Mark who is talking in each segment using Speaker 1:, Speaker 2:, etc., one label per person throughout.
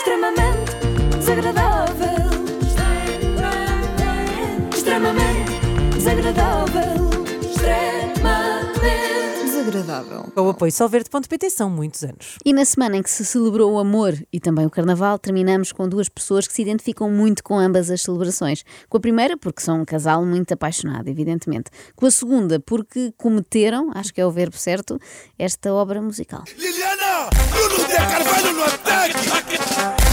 Speaker 1: extremamente desagradável. Extremamente desagradável. Extremamente desagradável.
Speaker 2: Com o apoio solverde.pt são muitos anos.
Speaker 3: E na semana em que se celebrou o amor e também o carnaval, terminamos com duas pessoas que se identificam muito com ambas as celebrações. Com a primeira, porque são um casal muito apaixonado, evidentemente. Com a segunda, porque cometeram, acho que é o verbo certo, esta obra musical.
Speaker 4: Liliana, Bruno de Carvalho no ataque.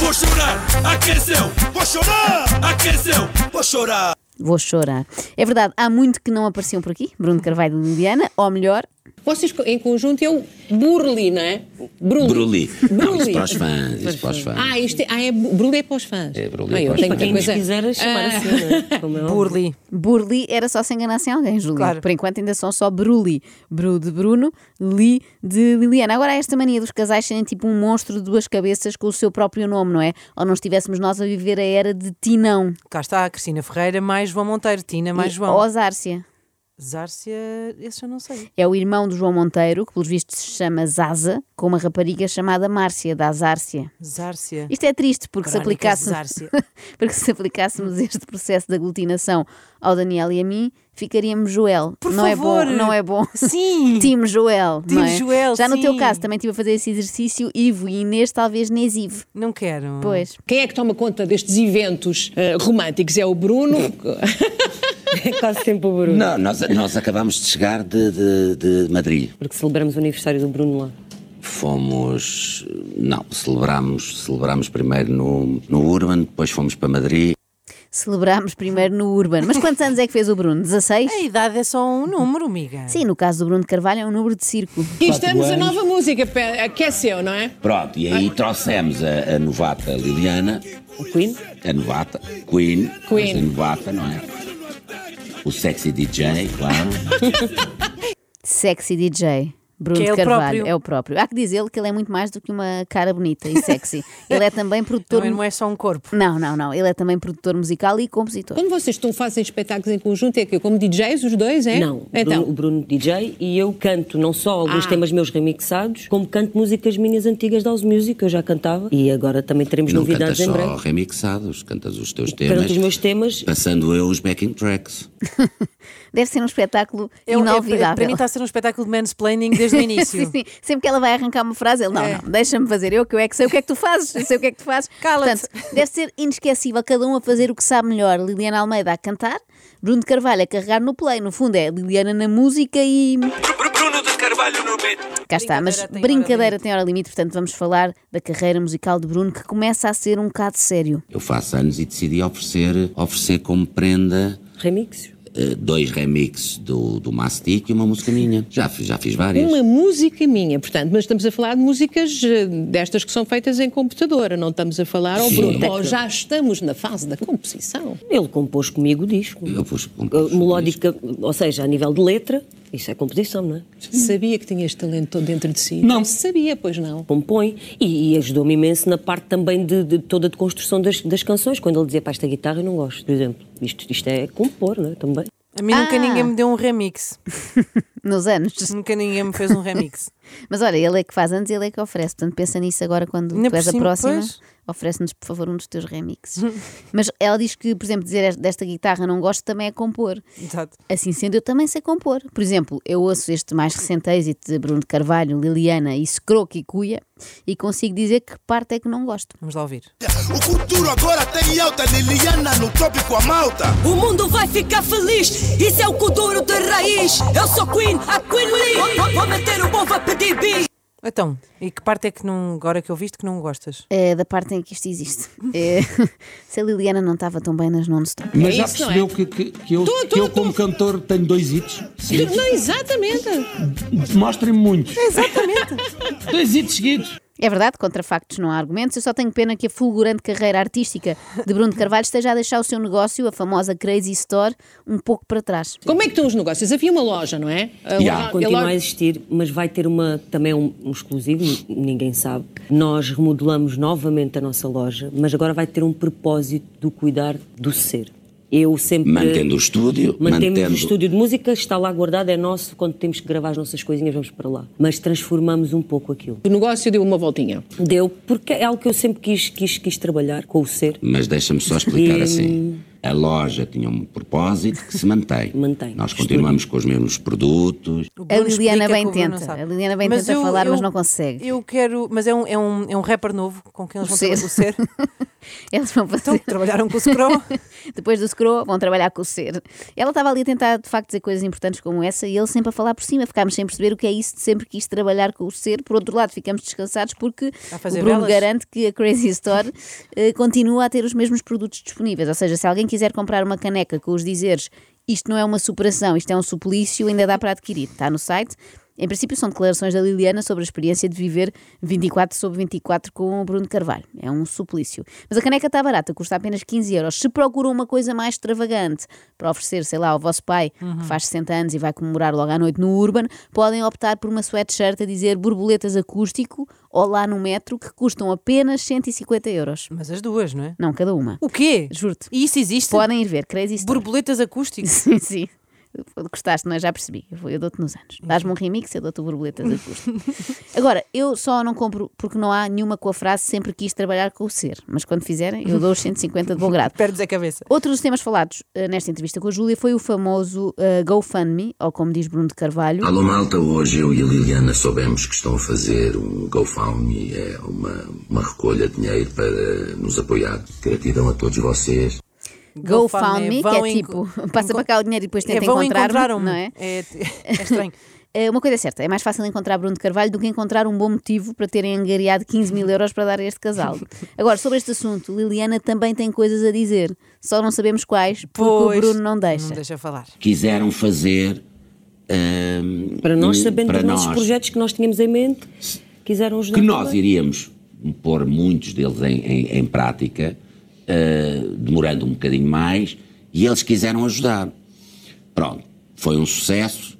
Speaker 4: Vou chorar, aqueceu. Vou chorar, aqueceu. Vou chorar.
Speaker 3: Vou chorar. É verdade, há muito que não apareciam por aqui. Bruno Carvalho de Indiana, ou melhor,
Speaker 5: Vocês co- em conjunto, eu Burli, não é? Bruli.
Speaker 6: Bruli. Não, isso
Speaker 5: Bruli.
Speaker 6: para os fãs, isso para os fãs.
Speaker 5: Ah, isto é, ah, é bu- Bruli é para os fãs.
Speaker 6: É, Bruli é
Speaker 5: Ah, eu
Speaker 6: para os
Speaker 5: tenho
Speaker 6: fãs.
Speaker 5: que
Speaker 6: Quem
Speaker 5: coisa- Ah,
Speaker 7: quiseres chamar assim, não é? Como é óbvio.
Speaker 2: Burli.
Speaker 3: Burli era só se enganassem alguém, Júlio.
Speaker 2: Claro.
Speaker 3: Por enquanto ainda são só Bruli. Bru de Bruno, Li de Liliana. Agora há esta mania dos casais serem tipo um monstro de duas cabeças com o seu próprio nome, não é? Ou não estivéssemos nós a viver a era de Tinão.
Speaker 2: Cá está a Cristina Ferreira, mais João Monteiro, Tina, É mais
Speaker 3: E-
Speaker 2: João.
Speaker 3: Ou Zárcia.
Speaker 2: Zárcia, esse eu não sei.
Speaker 3: É o irmão do João Monteiro, que pelos vistos se chama Zaza, com uma rapariga chamada Márcia, da Zárcia.
Speaker 2: Zárcia.
Speaker 3: Isto é triste, porque se,
Speaker 2: Crónicas de
Speaker 3: aplicássemos,
Speaker 2: Zárcia.
Speaker 3: porque se aplicássemos este processo de aglutinação ao Daniel e a mim, ficaríamos Joel.
Speaker 2: Por
Speaker 3: não é
Speaker 2: favor.
Speaker 3: bom, não é bom.
Speaker 2: Sim!
Speaker 3: Tim Joel.
Speaker 2: Team
Speaker 3: não é?
Speaker 2: Joel,
Speaker 3: Já no teu
Speaker 2: sim.
Speaker 3: caso também estive a fazer esse exercício, Ivo e Inês, talvez Nes Ivo.
Speaker 2: Não quero.
Speaker 3: Pois.
Speaker 5: Quem é que toma conta destes eventos eh, românticos? É o Bruno.
Speaker 7: É quase sempre o Bruno.
Speaker 6: Não, nós, nós acabámos de chegar de, de, de Madrid.
Speaker 7: Porque celebramos o aniversário do Bruno lá.
Speaker 6: Fomos. Não, celebramos, celebramos primeiro no, no Urban, depois fomos para Madrid.
Speaker 3: Celebrámos primeiro no Urban. Mas quantos anos é que fez o Bruno? 16?
Speaker 2: A idade é só um número, amiga.
Speaker 3: Sim, no caso do Bruno de Carvalho é um número de circo.
Speaker 5: Aqui estamos a nova música, pe- aqueceu, não é?
Speaker 6: Pronto, e aí trouxemos a, a novata Liliana,
Speaker 7: O Queen?
Speaker 6: a novata Queen,
Speaker 5: Queen.
Speaker 6: mas a novata, não é? O sexy DJ, claro.
Speaker 3: Sexy DJ. Bruno
Speaker 2: Que é
Speaker 3: de
Speaker 2: o
Speaker 3: Carvalho
Speaker 2: próprio.
Speaker 3: é o próprio. Há que dizer que ele é muito mais do que uma cara bonita e sexy. Ele é também produtor.
Speaker 2: Também não é só um corpo.
Speaker 3: Não, não, não. Ele é também produtor musical e compositor.
Speaker 5: Quando vocês estão, fazem espetáculos em conjunto, é que como DJs os dois, é?
Speaker 7: Não. o Bruno- o
Speaker 5: Então,
Speaker 7: Bruno DJ e eu canto não só alguns
Speaker 5: Ah.
Speaker 7: temas meus remixados, como canto músicas minhas antigas da House Music, que eu já cantava. E agora também teremos
Speaker 6: não cantas
Speaker 7: novidades em breve.
Speaker 6: só remixados, cantas os teus temas.
Speaker 7: Canto os meus temas.
Speaker 6: Passando eu os backing tracks.
Speaker 3: Deve ser um espetáculo
Speaker 2: É um- é-
Speaker 3: inolvidável.
Speaker 2: para mim está a ser um espetáculo de mansplaining desde o início. É.
Speaker 3: Sim, sim. Sempre que ela vai arrancar uma frase, ele, não, não, deixa-me fazer eu, que eu é que sei o que é que tu fazes, eu sei o que é que tu fazes.
Speaker 2: Cala-te.
Speaker 3: Portanto, deve ser inesquecível, cada um a fazer o que sabe melhor. Liliana Almeida a cantar, Bruno de Carvalho a carregar no play, no fundo é Liliana na música e.
Speaker 4: Bruno de Carvalho no beat.
Speaker 3: Cá está, mas
Speaker 2: Brincadeira tem hora
Speaker 3: brincadeira tem hora limite, portanto vamos falar da carreira musical de Bruno, que começa a ser um bocado sério.
Speaker 6: Eu faço anos e decidi oferecer, oferecer como prenda
Speaker 7: Remixos.
Speaker 6: eh, dois remixes do, do Mastic e uma música minha. Já, fiz- já fiz várias.
Speaker 5: uma música minha, portanto, mas estamos a falar de músicas eh, destas que são feitas em computadora, não estamos a falar ao
Speaker 6: Sim.
Speaker 5: Bruno. Ou já estamos na fase da composição.
Speaker 7: Ele compôs comigo o disco.
Speaker 6: Eu pus- um
Speaker 7: Uh, Melódica, ou seja, a nível de letra, isso é composição, não é?
Speaker 5: Sabia que tinha este talento todo dentro de si?
Speaker 6: Não.
Speaker 5: Sabia, pois não.
Speaker 7: compõe e, e ajudou-me imenso na parte também de, de toda de construção das, das canções. Quando ele dizia, pá, esta guitarra eu não gosto, por exemplo. Isto, isto é compor, não é? Também.
Speaker 2: A mim nunca
Speaker 3: Ah.
Speaker 2: ninguém me deu um remix.
Speaker 3: Nos anos.
Speaker 2: Nunca ninguém me fez um remix.
Speaker 3: Mas olha, ele é que faz antes, ele é que oferece. Portanto, pensa nisso agora quando
Speaker 2: Ainda
Speaker 3: tu és
Speaker 2: por
Speaker 3: a
Speaker 2: cima,
Speaker 3: próxima.
Speaker 2: pois.
Speaker 3: Oferece-nos, por favor, um dos teus remixes. Mas ela diz que, por exemplo, dizer desta guitarra não gosto também é compor.
Speaker 2: Exato.
Speaker 3: Assim sendo, eu também sei compor. Por exemplo, eu ouço este mais recente êxito de Bruno de Carvalho, Liliana e Scroque e Cuia e consigo dizer que parte é que não gosto.
Speaker 2: Vamos lá ouvir.
Speaker 4: O futuro agora tem alta Liliana no trópico a malta.
Speaker 8: O mundo vai ficar feliz, isso é o Kuduro de raiz. Eu sou Queen, a Queen Lee. Vou- Vou, vou meter o bom, vai pedir bis.
Speaker 2: Então, e que parte é que não. Agora que eu viste que não gostas?
Speaker 3: É da parte em que isto existe. É, se a Liliana não estava tão bem nas non-stop.
Speaker 9: Mas
Speaker 5: É
Speaker 9: já
Speaker 5: isso, não
Speaker 9: percebeu
Speaker 5: é?
Speaker 9: que, que- que eu,
Speaker 5: Tô, tô,
Speaker 9: que eu
Speaker 5: tô.
Speaker 9: como cantor, tenho dois hits? Sim.
Speaker 5: Não, exatamente.
Speaker 9: Mostrem-me muitos. Exatamente. dois hits seguidos.
Speaker 3: É verdade, contra factos não há argumentos. Eu só tenho pena que a fulgurante carreira artística de Bruno de Carvalho esteja a deixar o seu negócio, a famosa Crazy Store, um pouco para trás.
Speaker 5: Como é que estão os negócios? Havia uma loja, não é? A loja-
Speaker 6: Yeah.
Speaker 5: a
Speaker 7: Continua a
Speaker 5: loja-
Speaker 7: existir, mas vai ter uma, também um, um exclusivo, n- ninguém sabe. Nós remodelamos novamente a nossa loja, mas agora vai ter um propósito do cuidar do ser. Eu sempre.
Speaker 4: Mantendo o estúdio,
Speaker 7: Mantemos
Speaker 4: mantendo.
Speaker 7: o estúdio de música, está lá guardado, é nosso. Quando temos que gravar as nossas coisinhas, vamos para lá. Mas transformamos um pouco aquilo.
Speaker 5: O negócio deu uma voltinha.
Speaker 7: Deu, porque é algo que eu sempre quis, quis, quis trabalhar com o ser.
Speaker 4: Mas deixa-me só explicar
Speaker 7: E-
Speaker 4: assim. A loja tinha um propósito que se mantém.
Speaker 7: Mantém.
Speaker 4: Nós continuamos com os mesmos produtos.
Speaker 2: O
Speaker 3: A
Speaker 2: Bruno
Speaker 3: Liliana
Speaker 2: explica que
Speaker 3: bem
Speaker 2: o Bruno não
Speaker 3: tenta.
Speaker 2: sabe.
Speaker 3: A Liliana bem tenta falar, mas não consegue.
Speaker 2: Eu quero, mas é um, é um, é um rapper novo com quem eles vão trabalhar
Speaker 3: Ser.
Speaker 2: com o ser.
Speaker 3: Eles vão
Speaker 2: Então,
Speaker 3: fazer.
Speaker 2: trabalharam com o Scroll.
Speaker 3: Depois do scroll, vão trabalhar com o ser. Ela estava ali a tentar, de facto, dizer coisas importantes como essa e ele sempre a falar por cima. Ficámos sem perceber o que é isso de sempre quis trabalhar com o ser. Por outro lado, ficamos descansados porque
Speaker 2: a
Speaker 3: o
Speaker 2: fazer
Speaker 3: Bruno
Speaker 2: velas?
Speaker 3: garante que a Crazy Store eh, continua a ter os mesmos produtos disponíveis. Ou seja, se alguém quiser comprar uma caneca com os dizeres isto não é uma superação, isto é um suplício, ainda dá para adquirir. Está no site. Em princípio, são declarações da Liliana sobre a experiência de viver 24 sobre 24 com o Bruno Carvalho. É um suplício. Mas a caneca está barata, custa apenas 15 euros. Se procuram uma coisa mais extravagante para oferecer, sei lá, ao vosso pai, que faz 60 anos e vai comemorar logo à noite no Urban, podem optar por uma sweatshirt a dizer borboletas acústico ou lá no metro, que custam apenas 150 euros.
Speaker 2: Mas as duas, não é?
Speaker 3: Não, cada uma.
Speaker 2: O quê?
Speaker 3: Juro-te.
Speaker 2: E isso existe?
Speaker 3: Podem ir ver, Crazy Store.
Speaker 2: Borboletas acústicas.
Speaker 3: Sim, sim. Gostaste, não é? Já percebi. Eu, vou- eu dou-te nos
Speaker 2: Uhum.
Speaker 3: anos. Dás-me um remix, eu dou-te borboletas a custo. Agora, eu só não compro porque não há nenhuma com a frase sempre quis trabalhar com o ser. Mas quando fizerem, eu dou os 150 de bom grado.
Speaker 2: Perdes a cabeça.
Speaker 3: Outro dos temas falados eh, nesta entrevista com a Júlia foi o famoso eh, GoFundMe, ou como diz Bruno de Carvalho.
Speaker 2: Ah,
Speaker 4: Alô Malta, hoje eu e a Liliana soubemos que estão a fazer um GoFundMe, é uma, uma recolha de dinheiro para nos apoiar. Gratidão a todos vocês.
Speaker 3: GoFundMe, que
Speaker 2: Vão
Speaker 3: é
Speaker 2: em-
Speaker 3: tipo, passa para cá o dinheiro e depois
Speaker 2: É,
Speaker 3: tenta
Speaker 2: vão
Speaker 3: encontrar-me,
Speaker 2: encontrar-me.
Speaker 3: não é?
Speaker 2: É, é estranho.
Speaker 3: Eh, Uma coisa é certa, é mais fácil encontrar Bruno de Carvalho do que encontrar um bom motivo para terem angariado 15 mil euros para dar a este casal. Agora, sobre este assunto, Liliana também tem coisas a dizer, só não sabemos quais, porque
Speaker 2: Pois,
Speaker 3: o Bruno não
Speaker 2: Não
Speaker 3: deixa.
Speaker 2: deixa falar.
Speaker 4: Quiseram fazer. ahm,
Speaker 7: Para nós,
Speaker 4: um-
Speaker 7: sabendo
Speaker 4: para
Speaker 7: dos nossos
Speaker 4: nós,
Speaker 7: projetos que nós tínhamos em mente, quiseram ajudar.
Speaker 4: Que nós
Speaker 7: também.
Speaker 4: iríamos pôr muitos deles em, em- em prática, ah, demorando um bocadinho mais, e eles quiseram ajudar. Pronto, foi um sucesso.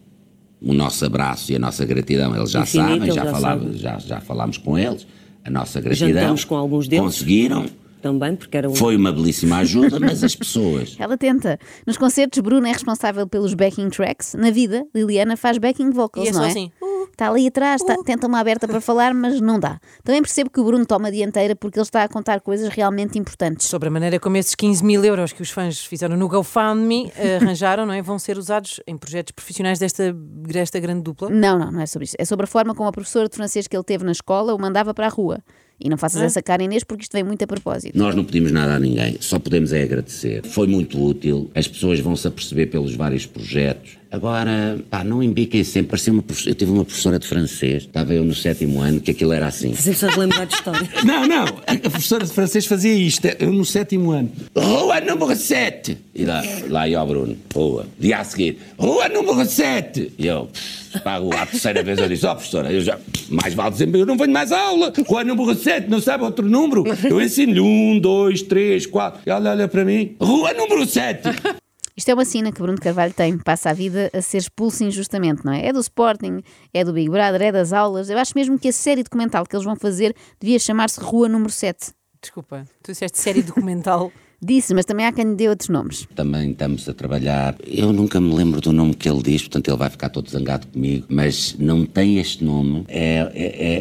Speaker 4: O nosso abraço e a nossa gratidão, eles já
Speaker 7: Infinito,
Speaker 4: sabem,
Speaker 7: eles
Speaker 4: já,
Speaker 7: já
Speaker 4: falava-
Speaker 7: sabem.
Speaker 4: já- já falámos com eles. A nossa gratidão.
Speaker 7: Jantamos com alguns deles.
Speaker 4: Conseguiram.
Speaker 7: Também, porque era um.
Speaker 4: Foi uma belíssima ajuda, mas as pessoas.
Speaker 3: Ela tenta. Nos concertos, Bruno é responsável pelos backing tracks. Na vida, Liliana faz backing vocals,
Speaker 2: E é só
Speaker 3: não é?
Speaker 2: assim, uh,
Speaker 3: Está ali atrás, está- tenta uma aberta para falar, mas não dá. Também percebo que o Bruno toma a dianteira porque ele está a contar coisas realmente importantes.
Speaker 2: Sobre a maneira como esses 15 mil euros que os fãs fizeram no GoFundMe eh, arranjaram, não é? Vão ser usados em projetos profissionais desta, desta grande dupla.
Speaker 3: Não, não, não é sobre isso. É sobre a forma como a professora de francês que ele teve na escola o mandava para a rua. E não
Speaker 2: É.
Speaker 3: faças essa cara, Inês, porque isto vem muito a propósito.
Speaker 4: Nós não pedimos nada a ninguém, só podemos é agradecer. Foi muito útil, as pessoas vão se aperceber pelos vários projetos. Agora, pá, não embiquem sempre. Parecia uma profe- Eu tive uma professora de francês, estava eu no sétimo ano, que aquilo era assim.
Speaker 7: Fazemos a lembrar de história.
Speaker 9: Não, não. A professora de francês fazia isto. é, Eu no sétimo ano.
Speaker 4: Rua número 7! E lá, lá ia ao Bruno, rua. Dia a seguir, rua número 7! E eu, pff, para a rua, a terceira vez eu disse, ó professora, eu já, mais vale dizer, eu não venho mais à aula. Rua número 7, não sabe outro número? Eu ensino-lhe um, dois, três, quatro. E ela olha para mim, rua número 7!
Speaker 3: Isto é uma sina que Bruno de Carvalho tem, passa a vida a ser expulso injustamente, não é? É do Sporting, é do Big Brother, é das aulas. Eu acho mesmo que a série documental que eles vão fazer devia chamar-se Rua Número 7.
Speaker 2: Desculpa, tu disseste série documental.
Speaker 3: Disse, mas também há quem lhe dê outros nomes.
Speaker 4: Também estamos a trabalhar. Eu nunca me lembro do nome que ele diz, portanto ele vai ficar todo zangado comigo, mas não tem este nome. É,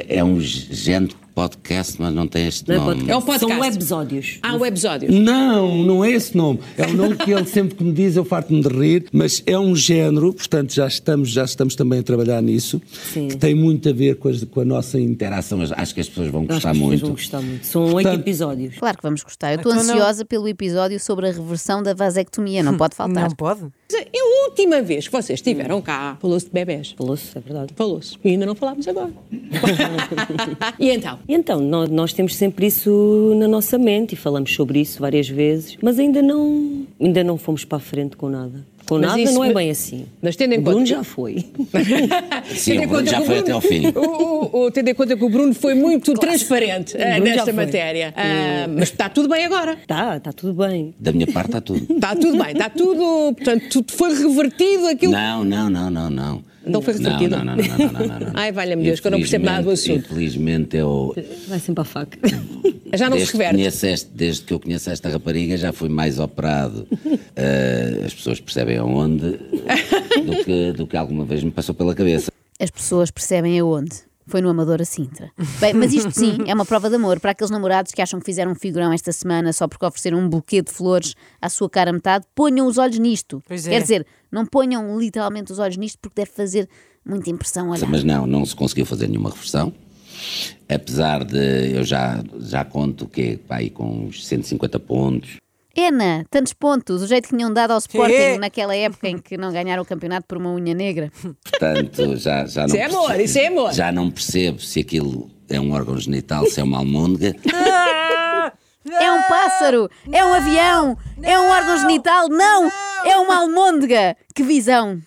Speaker 4: é, é, é um género de podcast, mas não tem este
Speaker 7: Não é
Speaker 4: nome.
Speaker 7: podcast.
Speaker 5: É um podcast.
Speaker 7: São websódios.
Speaker 5: Há um
Speaker 4: Hum.
Speaker 5: websódios.
Speaker 9: Não, não é esse nome. É o nome que ele sempre que me diz, eu farto-me de rir, mas é um género, portanto já estamos, já estamos também a trabalhar nisso,
Speaker 7: Sim.
Speaker 9: que tem muito a ver com, as- com a nossa interação.
Speaker 4: Interação, mas acho que as pessoas vão
Speaker 7: Acho que
Speaker 4: gostar
Speaker 7: as pessoas
Speaker 4: muito.
Speaker 7: vão gostar muito. São oito
Speaker 9: Portanto-
Speaker 7: episódios.
Speaker 3: Claro que vamos gostar. Eu estou
Speaker 2: Então não.
Speaker 3: ansiosa pelo episódio sobre a reversão da vasectomia, não pode faltar.
Speaker 2: Não pode?
Speaker 5: Mas É a última vez que vocês estiveram cá, falou-se de bebés.
Speaker 7: Falou-se, é verdade.
Speaker 5: Falou-se. E ainda não falámos agora. e então?
Speaker 7: E então, nó- nós temos sempre isso na nossa mente e falamos sobre isso várias vezes, mas ainda não, ainda não fomos para a frente com nada. Com
Speaker 5: Mas
Speaker 7: nada
Speaker 5: isso-
Speaker 7: não é bem assim.
Speaker 5: Mas tendo em
Speaker 7: o Bruno
Speaker 5: conta-
Speaker 7: já foi.
Speaker 4: Sim,
Speaker 5: Tendo
Speaker 4: o
Speaker 5: em
Speaker 4: Bruno
Speaker 5: conta
Speaker 4: já
Speaker 5: que o
Speaker 4: foi até
Speaker 5: Bruno-
Speaker 4: ao fim.
Speaker 5: O, o, o, tendo em conta que o Bruno foi muito transparente eh,
Speaker 7: Bruno já
Speaker 5: nesta
Speaker 7: foi.
Speaker 4: Hum.
Speaker 5: matéria. Ah, mas está tudo bem agora.
Speaker 7: Tá, está tudo bem.
Speaker 4: Da minha parte está tudo.
Speaker 5: Está tudo bem, está tudo. Portanto, tudo foi revertido aquilo.
Speaker 4: Não, não, não, não, não.
Speaker 5: Não foi
Speaker 4: Não,
Speaker 5: retratada.
Speaker 4: não, não, não, não, não, não, não.
Speaker 5: Ai, valha-me Deus, que eu não percebo nada do
Speaker 4: Infelizmente-
Speaker 5: assunto.
Speaker 4: Infelizmente é o.
Speaker 7: Vai sempre à faca.
Speaker 5: Já não se
Speaker 4: Desde que,
Speaker 5: reverte.
Speaker 4: conheço este- desde que eu conheço esta rapariga, já fui mais operado. eh, as pessoas percebem aonde do que, do que alguma vez me passou pela cabeça.
Speaker 3: As pessoas percebem aonde. Foi no Amador a Sintra. Bem, mas isto sim é uma prova de amor para aqueles namorados que acham que fizeram um figurão esta semana só porque ofereceram um buquê de flores à sua cara a metade. Ponham os olhos nisto.
Speaker 2: Pois é.
Speaker 3: Quer dizer, não ponham literalmente os olhos nisto porque deve fazer muita impressão olhar.
Speaker 4: Mas não, não se conseguiu fazer nenhuma reversão. Apesar de eu já, já conto que pá, aí com uns 150 pontos.
Speaker 3: Ena, tantos pontos, o jeito que tinham dado ao Sporting
Speaker 2: É.
Speaker 3: naquela época em que não ganharam o campeonato por uma unha negra.
Speaker 4: Portanto, já, já não
Speaker 5: Isso é amor,
Speaker 4: percebo-
Speaker 5: isso é amor.
Speaker 4: Já não percebo se aquilo é um órgão genital, se é uma almôndega.
Speaker 3: É um pássaro, é um avião, é um órgão genital, não, é uma almôndega. Que visão!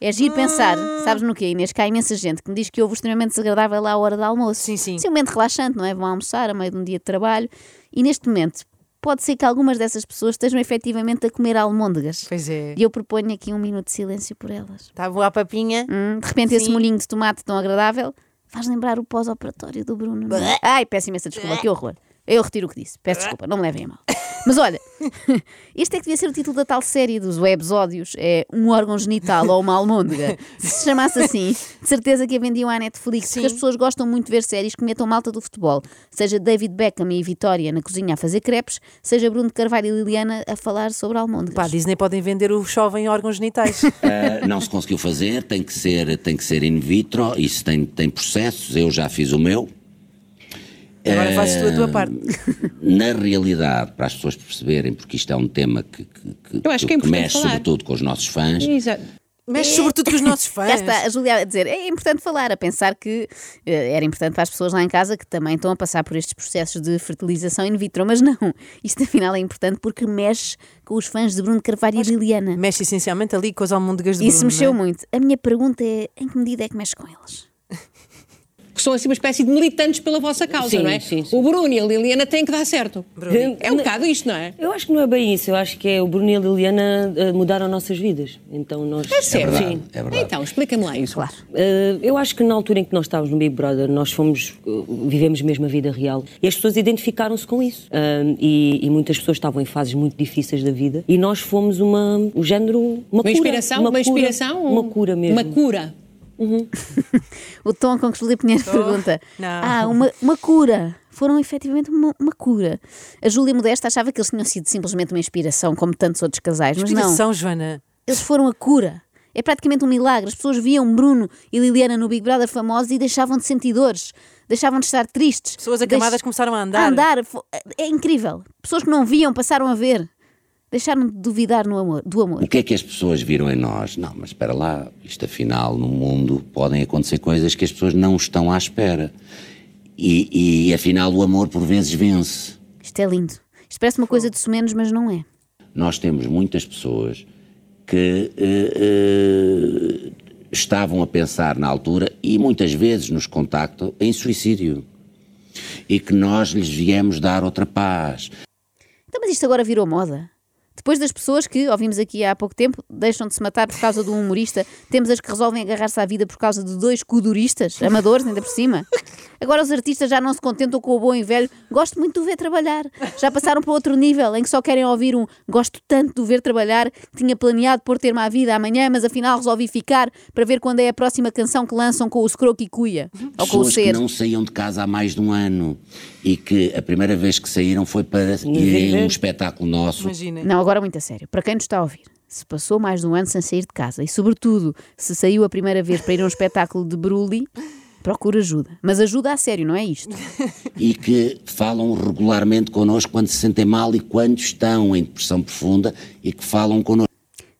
Speaker 3: É
Speaker 2: Hum.
Speaker 3: giro pensar, sabes no quê, Inês? Que há imensa gente que me diz que houve extremamente desagradável à hora do almoço.
Speaker 2: Sim, sim.
Speaker 3: Isso é um momento relaxante, não é? Vão almoçar a meio de um dia de trabalho e neste momento pode ser que algumas dessas pessoas estejam efetivamente a comer almôndegas.
Speaker 2: Pois é.
Speaker 3: E eu proponho aqui um minuto de silêncio por elas.
Speaker 2: Está boa a papinha?
Speaker 3: Hum, de repente esse molhinho de tomate tão agradável faz lembrar o pós-operatório do Bruno. não é? Ai, peço imensa desculpa, que horror. Eu retiro o que disse, peço desculpa, não me levem a mal. Mas olha, este é que devia ser o título da tal série dos websódios, é um órgão genital ou uma almôndega. Se se chamasse assim, de certeza que a vendiam à Netflix, porque as pessoas gostam muito de ver séries que metam malta do futebol, seja David Beckham e Vitória na cozinha a fazer crepes, seja Bruno de Carvalho e Liliana a falar sobre almôndegas.
Speaker 2: Pá, a Disney podem vender o jovem em órgãos genitais.
Speaker 3: É.
Speaker 4: Uh, não se conseguiu fazer, tem que ser, tem que ser in vitro, isso tem, tem processos, eu já fiz o meu.
Speaker 2: Agora fazes tu a tua parte.
Speaker 4: Na realidade, para as pessoas perceberem, porque isto é um tema que, que- que-
Speaker 5: Eu acho que é importante
Speaker 4: mexe
Speaker 5: falar.
Speaker 4: sobretudo com os nossos fãs,
Speaker 5: Exato.
Speaker 2: Mexe sobretudo com os nossos fãs.
Speaker 3: Cá está a Julia a dizer, é importante falar, a pensar que eh, era importante para as pessoas lá em casa que também estão a passar por estes processos de fertilização in vitro, mas não, isto afinal é importante porque mexe com os fãs de Bruno Carvalho e Liliana.
Speaker 2: Mexe essencialmente ali com as almôndegas de
Speaker 3: Isso
Speaker 2: Bruno,
Speaker 3: mexeu
Speaker 2: não é?
Speaker 3: muito. A minha pergunta é, em que medida é que mexe com eles?
Speaker 5: Que são assim uma espécie de militantes pela vossa causa,
Speaker 7: Sim,
Speaker 5: não é?
Speaker 7: sim, sim.
Speaker 5: O Bruno e a Liliana têm que dar certo. É um bocado isto, não é?
Speaker 7: Eu acho que não é bem isso. Eu acho que é o Bruno e a Liliana eh, mudaram nossas vidas. Então nós.
Speaker 5: É sério.
Speaker 4: verdade,
Speaker 5: Sim.
Speaker 4: é verdade.
Speaker 5: Então, explica-me lá isso.
Speaker 3: Claro.
Speaker 7: Eh, eu acho que na altura em que nós estávamos no Big Brother, nós fomos, eh, vivemos mesmo a vida real e as pessoas identificaram-se com isso. Ahm, e, e muitas pessoas estavam em fases muito difíceis da vida e nós fomos uma, um género, uma,
Speaker 5: Uma
Speaker 7: cura,
Speaker 5: inspiração, uma,
Speaker 7: cura,
Speaker 5: inspiração? um-
Speaker 7: Uma cura mesmo.
Speaker 5: Uma cura.
Speaker 3: O tom com que Julia Pinheiro pergunta.
Speaker 2: Não.
Speaker 3: Ah, uma, uma cura. Foram efetivamente uma, uma cura. A Júlia Modesta achava que eles tinham sido simplesmente uma inspiração, como tantos outros casais, mas não.
Speaker 2: Inspiração, Joana.
Speaker 3: Eles foram a cura. É praticamente um milagre. As pessoas viam Bruno e Liliana no Big Brother famosos e deixavam de sentir dores, deixavam de estar tristes.
Speaker 2: Pessoas acamadas
Speaker 3: Deix-
Speaker 2: começaram a andar.
Speaker 3: A andar. Fo- É incrível. Pessoas que não viam passaram a ver. Deixaram de duvidar no amor, do amor.
Speaker 4: o que é que as pessoas viram em nós? Não, mas espera lá, isto afinal no mundo podem acontecer coisas que as pessoas não estão à espera. E, e afinal o amor por vezes vence.
Speaker 3: Isto é lindo. Isto parece uma coisa de sumenos, mas não é.
Speaker 4: nós temos muitas pessoas que eh, eh, estavam a pensar na altura e muitas vezes nos contactam em suicídio. E que nós lhes viemos dar outra paz.
Speaker 3: Então, mas isto agora virou moda. Depois das pessoas que ouvimos aqui há pouco tempo deixam de se matar por causa de um humorista, temos as que resolvem agarrar-se à vida por causa de dois coduristas, amadores ainda por cima. Agora os artistas já não se contentam com o bom e velho, gosto muito de o ver trabalhar. Já passaram para outro nível em que só querem ouvir um gosto tanto de o ver trabalhar, tinha planeado pôr ter-me à vida amanhã, mas afinal resolvi ficar para ver quando é a próxima canção que lançam com o Scroque e Cuia. Ou com o
Speaker 4: Pessoas que
Speaker 3: Ser.
Speaker 4: não saíam de casa há mais de um ano e que a primeira vez que saíram foi para irem a um espetáculo nosso.
Speaker 2: Imagina.
Speaker 3: Não, agora muito a sério. Para quem nos está a ouvir, se passou mais de um ano sem sair de casa e, sobretudo, se saiu a primeira vez para ir a um espetáculo de Brulli, procura ajuda. Mas ajuda a sério, não é isto?
Speaker 4: e que falam regularmente connosco quando se sentem mal e quando estão em depressão profunda e que falam connosco.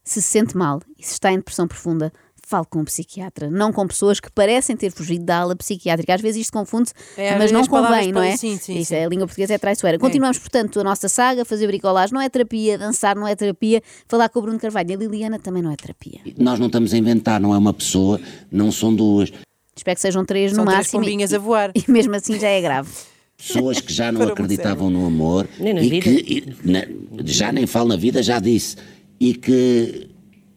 Speaker 3: Se se sente mal e se está em depressão profunda, fale com um psiquiatra, não com pessoas que parecem ter fugido da ala psiquiátrica. Às vezes isto confunde-se,
Speaker 2: É,
Speaker 3: mas não
Speaker 2: as palavras
Speaker 3: convém, não é?
Speaker 2: podem- sim, sim,
Speaker 3: Isso,
Speaker 2: sim.
Speaker 3: A língua portuguesa é traiçoeira. Continuamos, portanto, a nossa saga, fazer bricolagem não é terapia, dançar não é terapia, falar com o Bruno Carvalho e a Liliana também não é terapia.
Speaker 4: Nós não estamos a inventar, não é uma pessoa, não são duas.
Speaker 3: Espero que sejam três
Speaker 2: São
Speaker 3: no
Speaker 2: três
Speaker 3: máximo. e-
Speaker 2: pombinhas a voar.
Speaker 3: e mesmo assim já é grave.
Speaker 4: pessoas que já não
Speaker 2: Para o
Speaker 4: acreditavam no amor
Speaker 7: Nem na
Speaker 4: e
Speaker 7: vida.
Speaker 4: que e na- já nem falo na vida, já disse, e que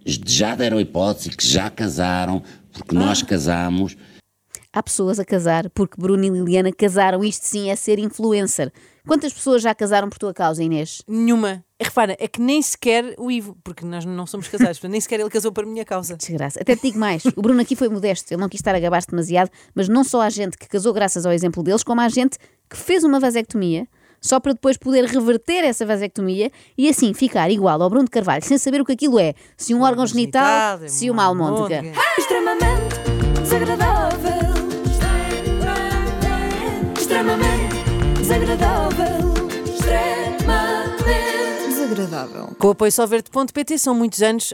Speaker 4: já deram hipótese, que já casaram, Porque
Speaker 7: Ah.
Speaker 4: nós casámos.
Speaker 3: Há pessoas a casar porque Bruno e Liliana casaram. Isto sim é ser influencer. Quantas pessoas já casaram por tua causa, Inês?
Speaker 2: Nenhuma. É, Repara, é que nem sequer o Ivo, porque nós não somos casados, portanto, nem sequer ele casou para minha causa.
Speaker 3: Desgraça. Até te digo mais. O Bruno aqui foi modesto. Ele não quis estar a gabar-se demasiado, mas não só há gente que casou graças ao exemplo deles, como há gente que fez uma vasectomia só para depois poder reverter essa vasectomia e assim ficar igual ao Bruno de Carvalho, sem saber o que aquilo é. Se um órgão genital,
Speaker 2: Genital, é
Speaker 3: se uma almôndega.
Speaker 1: Extremamente desagradável. Extremamente desagradável. Extremamente desagradável.
Speaker 2: Com o apoio solverde.pt são muitos anos